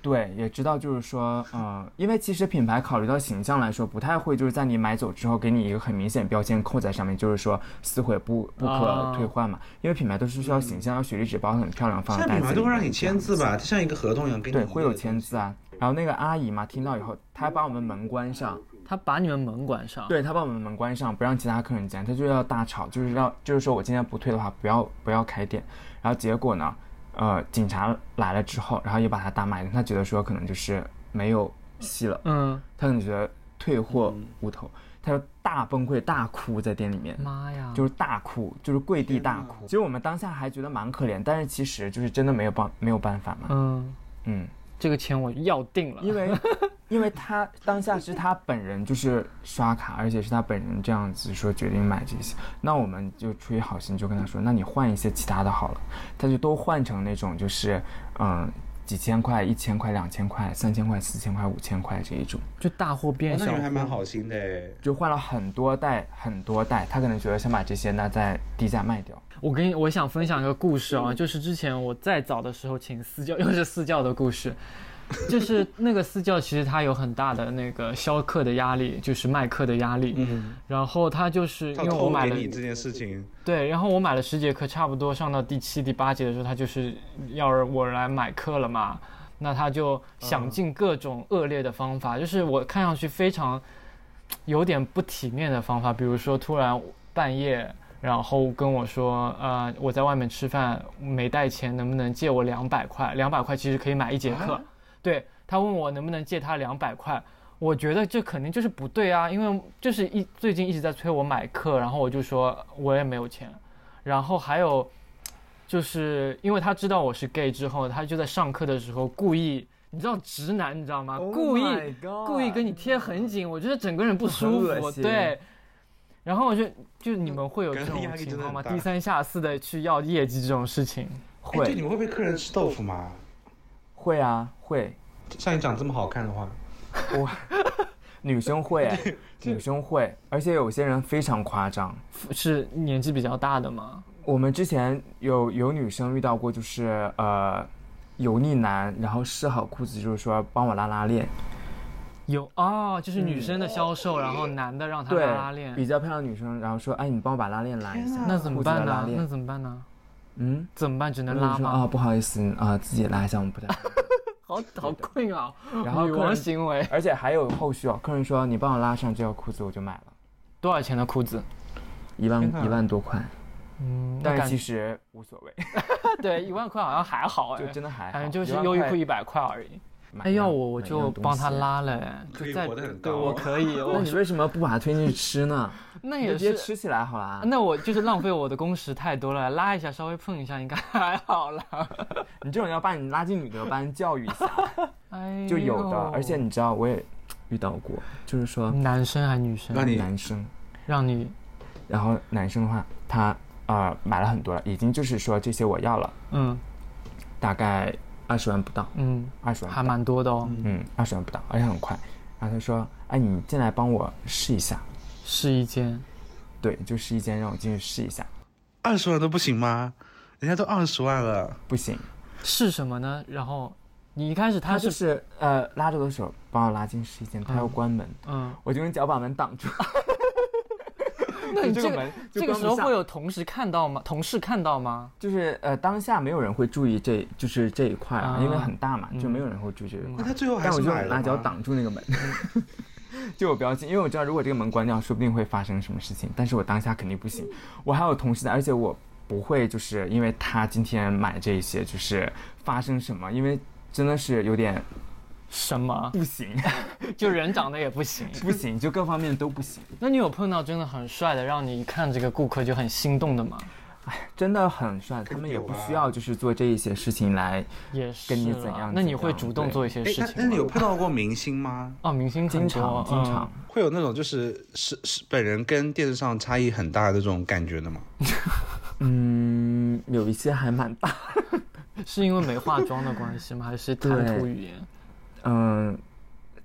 对，也知道就是说，呃，因为其实品牌考虑到形象来说，不太会就是在你买走之后给你一个很明显标签扣在上面，就是说撕毁不不可哦退换嘛，因为品牌都是需要形象，要雪莉纸包得很漂亮，放现在袋在嗯品子牌里都会让面你这签样字吧，就像一个合同一样，给你对，一会页有的签东西。字啊。然后那个阿姨嘛，听到以后，她把我们门关上，他把你们门关上。对，她把我们门关上，不让其他客人进来，她就要大吵，就是要，就是说我今天不退的话，不要不要开店。然后结果呢，呃，警察来了之后，然后也把她大骂一顿，她觉得说可能就是没有戏了，嗯，她可能觉得退货无头，她就大崩溃大哭在店里面。妈呀！就是大哭，就是跪地大哭。其实我们当下还觉得蛮可怜，但是其实就是真的没有办没有办法嘛。嗯，嗯，这个钱我要定了。因为 因为他当下是他本人就是刷卡，而且是他本人这样子说决定买这些，那我们就出于好心就跟他说，那你换一些其他的好了，他就都换成那种就是嗯。几千块、一千块、两千块、三千块、四千块、五千块这一种，就大货哦变那小你货。们还蛮好心的哎。就换了很多袋、很多袋。他可能觉得想把这些呢在低价卖掉。我跟你，我想分享一个故事嗯啊，就是之前我再早的时候请私教， 又是私教的故事，就是那个私教其实他有很大的那个销课的压力，就是卖课的压力，嗯，然后他就是因他为我偷买给了你这件事情，对，然后我买了十节课，差不多上到第七、第八节的时候，他就是要我来买课了嘛。那他就嗯想尽各种恶劣的方法，就是我看上去非常有点不体面的方法，比如说突然半夜，然后跟我说，呃，我在外面吃饭没带钱，能不能借我两百块？两百块其实可以买一节课。对他问我能不能借他两百块，我觉得这肯定就是不对啊，因为就是一最近一直在催我买课，然后我就说我也没有钱，然后还有就是因为他知道我是 gay 之后，他就在上课的时候故意，你知道直男你知道吗？啊 Oh 故意故意跟你贴很紧，我觉得整个人不舒很服恶，心对。然后我就就你们会有这感觉种压力情真的况很吗？大低三下四的去要业绩这种事情，哎，对，你会们会被客人吃豆腐吗？会啊会，像你长这么好看的话，嗯女生 会哎，女生会，而且有些人非常夸张。是年纪比较大的吗？我们之前有有女生遇到过，就是呃，油腻男，然后试好裤子，就是说帮我拉拉链，有哦，就是女生嗯的销售，然后男的让他对，拉拉链，比较漂亮的女生，然后说，哎，你帮我把拉链拉一下，那怎么办裤子的拉呢？链那怎么办呢？嗯，怎么办？只能然后拉我说吗？啊，不好意思啊、自己拉一下，我们 不太。好好困啊！然后女客王人，行为而且还有后续哦，客人说你帮我拉上这条裤子，我就买了，多少钱的裤子？一万天哪一万多块，嗯，但是其实实无所 谓，对一万块好像还好哎就，真的还好，反正就是1万优衣块库一百块而已。买哎，一样要我我买一就样东帮他西拉了，哎可就以在活得很对高啊我 可以，那我你为什么不把它推进去吃呢？ 那你就也直接是。吃起来好啊啦。那我就是浪费我的工时太多了，拉一下稍微碰一下应该 还好啦。你这种要把你拉进女德班教育一 下哎呦，就有的，而且你知道我也遇到过，就是说 男生还女生那你男生，让你然后男生的话他啊、呃买了很多了，已经就是说这些我要了，嗯大概二十万不到，嗯二十万不还到蛮多的哦。嗯二十万不到，而且很快。然后他说：“哎，你进来帮我试一下。试衣间，”对，就试衣间让我进去试一下，二十万都不行吗？人家都二十万了，不行，是什么呢？然后你一开始他他是就是呃拉着我的手把我拉进试衣间，他要关门，嗯， 我就用脚把门挡住。那你就这个个门就这个关时不候下会有同事看到吗？同事看到吗？就是呃，当下没有人会注意这，就是这一块啊，啊因为很大嘛，就嗯没有人会注意这一块。那他最后还但是我就买用了辣椒吗挡住那个门， 就我不要进，因为我知道如果这个门关掉，说不定会发生什么事情。但是我当下肯定不行，嗯我还有同事在，而且我不会就是因为他今天买这些就是发生什么，因为真的是有点什么？不行， 就人长得也不行。不行，就各方面都不行。那你有碰到真的很帅的，让你一看这个顾客就很心动的吗？哎，真的很帅，他们也不需要就是做这一些事情来。也是跟你怎啦样那怎你会样主动对做一些哎，事那那情你吗？有碰到过明星吗？哦，明星经很常多经嗯常，会有那种就是是是本人跟电视上差异很大的这种感觉的吗？嗯，有一些还蛮大，是因为没化妆的关系吗？还是谈对吐语言？嗯，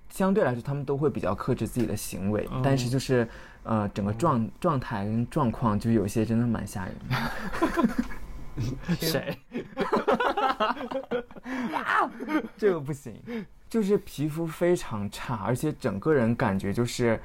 相对来说他们都会比较克制自己的行为，嗯但是就是呃，整个状状态跟状况，就有些真的蛮吓人的。谁？这个不行，就是皮肤非常差，而且整个人感觉就是，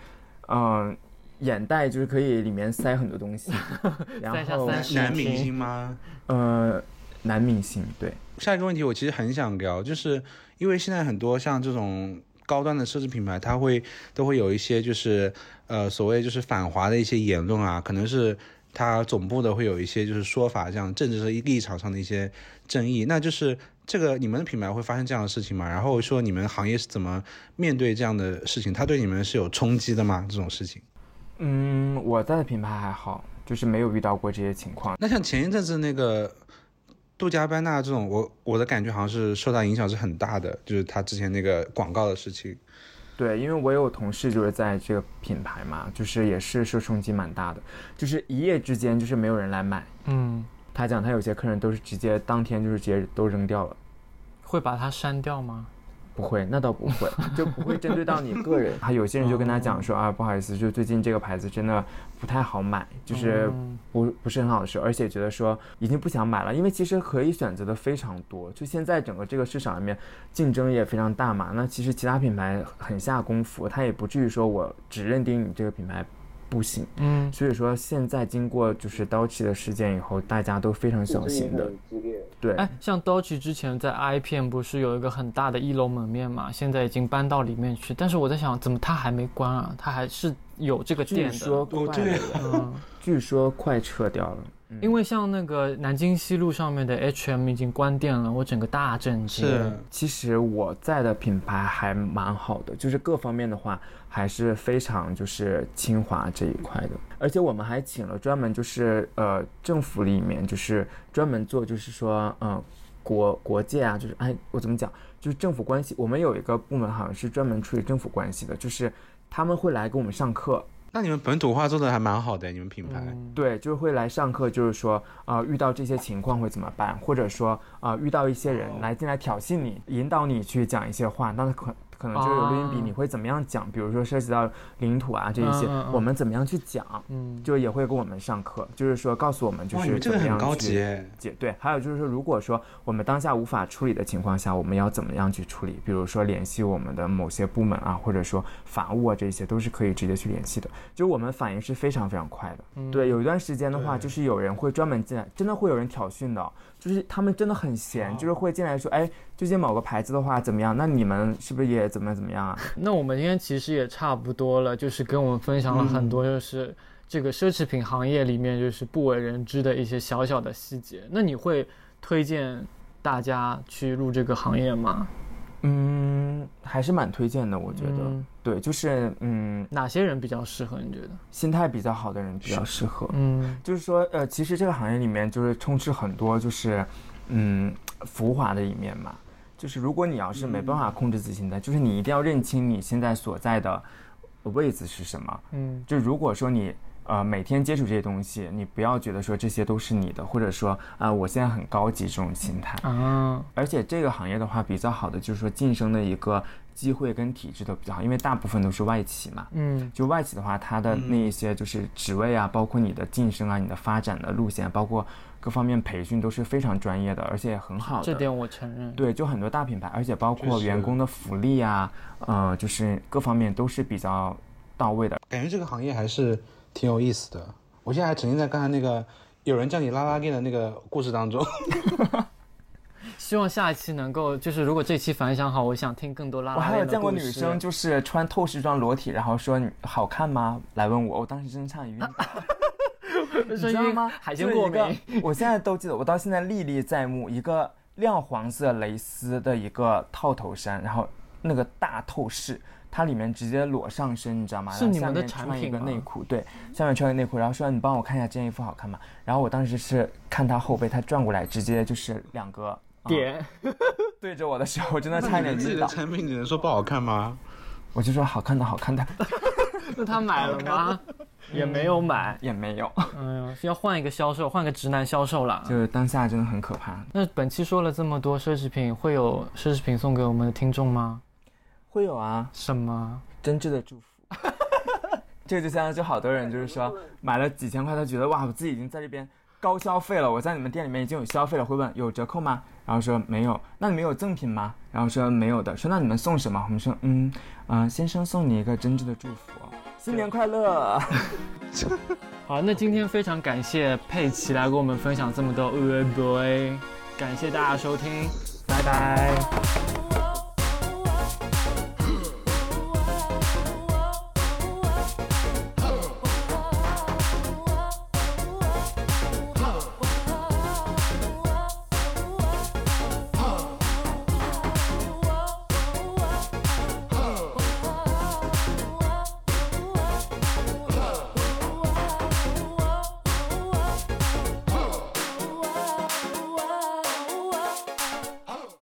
嗯、眼袋就是可以里面塞很多东 西，塞然下后三十男明星吗？呃，男明星对，下一个问题，我其实很想聊，就是因为现在很多像这种高端的奢侈品牌，它会都会有一些就是呃所谓就是反华的一些言论啊，可能是它总部的会有一些就是说法，这样政治立立场上的一些争议。那就是这个你们的品牌会发生这样的事情吗？然后说你们行业是怎么面对这样的事情？它对你们是有冲击的吗？这种事情？嗯，我在的品牌还好，就是没有遇到过这些情况。那像前一阵子那个杜嘉班纳这种，我我的感觉好像是受到影响是很大的，就是他之前那个广告的事情。对，因为我有同事就是在这个品牌嘛，就是也是受冲击蛮大的，就是一夜之间就是没有人来买。嗯，他讲他有些客人都是直接当天就是直接都扔掉了，会把它删掉吗？不会，那倒不会，就不会针对到你个人。还有些人就跟他讲说啊，不好意思，就最近这个牌子真的不太好买，就是嗯不不是很好吃，而且觉得说已经不想买了，因为其实可以选择的非常多。就现在整个这个市场里面竞争也非常大嘛，那其实其他品牌很下功夫，它也不至于说我只认定你这个品牌不行。嗯，所以说现在经过就是刀器的事件以后，大家都非常小心的。对，哎，像 Dolce 之前在 i 片不是有一个很大的一楼门面嘛？现在已经搬到里面去，但是我在想，怎么它还没关啊？它还是有这个据店说的。快，对嗯，据说快撤掉了。因为像那个南京西路上面的 H&M 已经关店了，我整个大震惊。是，其实我在的品牌还蛮好的，就是各方面的话还是非常就是清华这一块的，而且我们还请了专门就是呃政府里面就是专门做就是说嗯、呃国国界啊，就是哎我怎么讲，就是政府关系，我们有一个部门好像是专门处理政府关系的，就是他们会来给我们上课，那你们本土化做的还蛮好的，你们品牌。对，就是会来上课，就是说，啊、遇到这些情况会怎么办，或者说，啊、遇到一些人来进来挑衅你，引导你去讲一些话，那可可能就有录音笔，啊你会怎么样讲？比如说涉及到领土啊这一些，嗯嗯嗯我们怎么样去讲？嗯，就也会给我们上课，就是说告诉我们就哇，你是们这怎个么很样高级去耶。解对，还有就是说，如果说我们当下无法处理的情况下，我们要怎么样去处理？比如说联系我们的某些部门啊，或者说法务啊，这些都是可以直接去联系的。就是我们反应是非常非常快的。嗯嗯对，有一段时间的话，就是有人会专门进来，真的会有人挑衅的哦，就是他们真的很闲，就是会进来说，哎，最近某个牌子的话怎么样？那你们是不是也怎么怎么样啊？那我们今天其实也差不多了，就是跟我们分享了嗯很多，就是这个奢侈品行业里面就是不为人知的一些小小的细节。那你会推荐大家去入这个行业吗？嗯，还是蛮推荐的，我觉得。嗯对，就是嗯，哪些人比较适合？你觉得？心态比较好的人比较适合。嗯就是说，呃，其实这个行业里面就是充斥很多就是，嗯，浮华的一面嘛。就是如果你要是没办法控制自己心态，就是你一定要认清你现在所在的位置是什么。嗯就如果说你呃每天接触这些东西，你不要觉得说这些都是你的，或者说啊、我现在很高级这种心态。啊，而且这个行业的话，比较好的就是说晋升的一个机会跟体制都比较好，因为大部分都是外企嘛。嗯就外企的话，它的嗯那一些就是职位啊，包括你的晋升啊、你的发展的路线，包括各方面培训都是非常专业的，而且也很好的。这点我承认。对，就很多大品牌，而且包括确实员工的福利啊，呃，就是各方面都是比较到位的。感觉这个行业还是挺有意思的。我现在还沉浸在刚才那个有人叫你拉拉链的那个故事当中。希望下一期能够，就是如果这期反响好，我想听更多拉我拉还链有的见过故女事生就是穿透视装裸体，然后说你好看吗？来问我，我当时真的差点晕倒。你 你知道吗？啊海鲜就过一个敏。， 我现在都记得，我到现在历历在目。一个亮黄色蕾丝的一个套头衫，然后那个大透视，它里面直接裸上身，你知道吗？是然后你们下的面产穿品一个吗内裤，对，下面穿个内裤，然后说你帮我看一下这件衣服好看吗？然后我当时是看他后背，他转过来，直接就是两个、啊点， 对着我的时候，真的差点自己晕的倒。产 品你能说不好看吗？我就说好看的好看的那他买了 吗？也没有买。也没有，哎呦，要换一个销售，换个直男销售啦。就是当下真的很可怕。那本期说了这么多奢侈品，会有奢侈品送给我们的听众吗？会有啊，什么？真挚的 祝福。这就相当于就好多人就是说买了几千块，他觉得哇，我自己已经在这边高消费了，我在你们店里面已经有消费了，会问有折扣吗？然后说没有，那你们有赠品吗？然后说没有的，说那你们送什么？我们说嗯嗯、呃先生送你一个真挚的祝福，哦新年快乐。好，那今天非常感谢佩奇来呃给我们分享这么多 u b 感谢大家收听，拜拜。拜拜。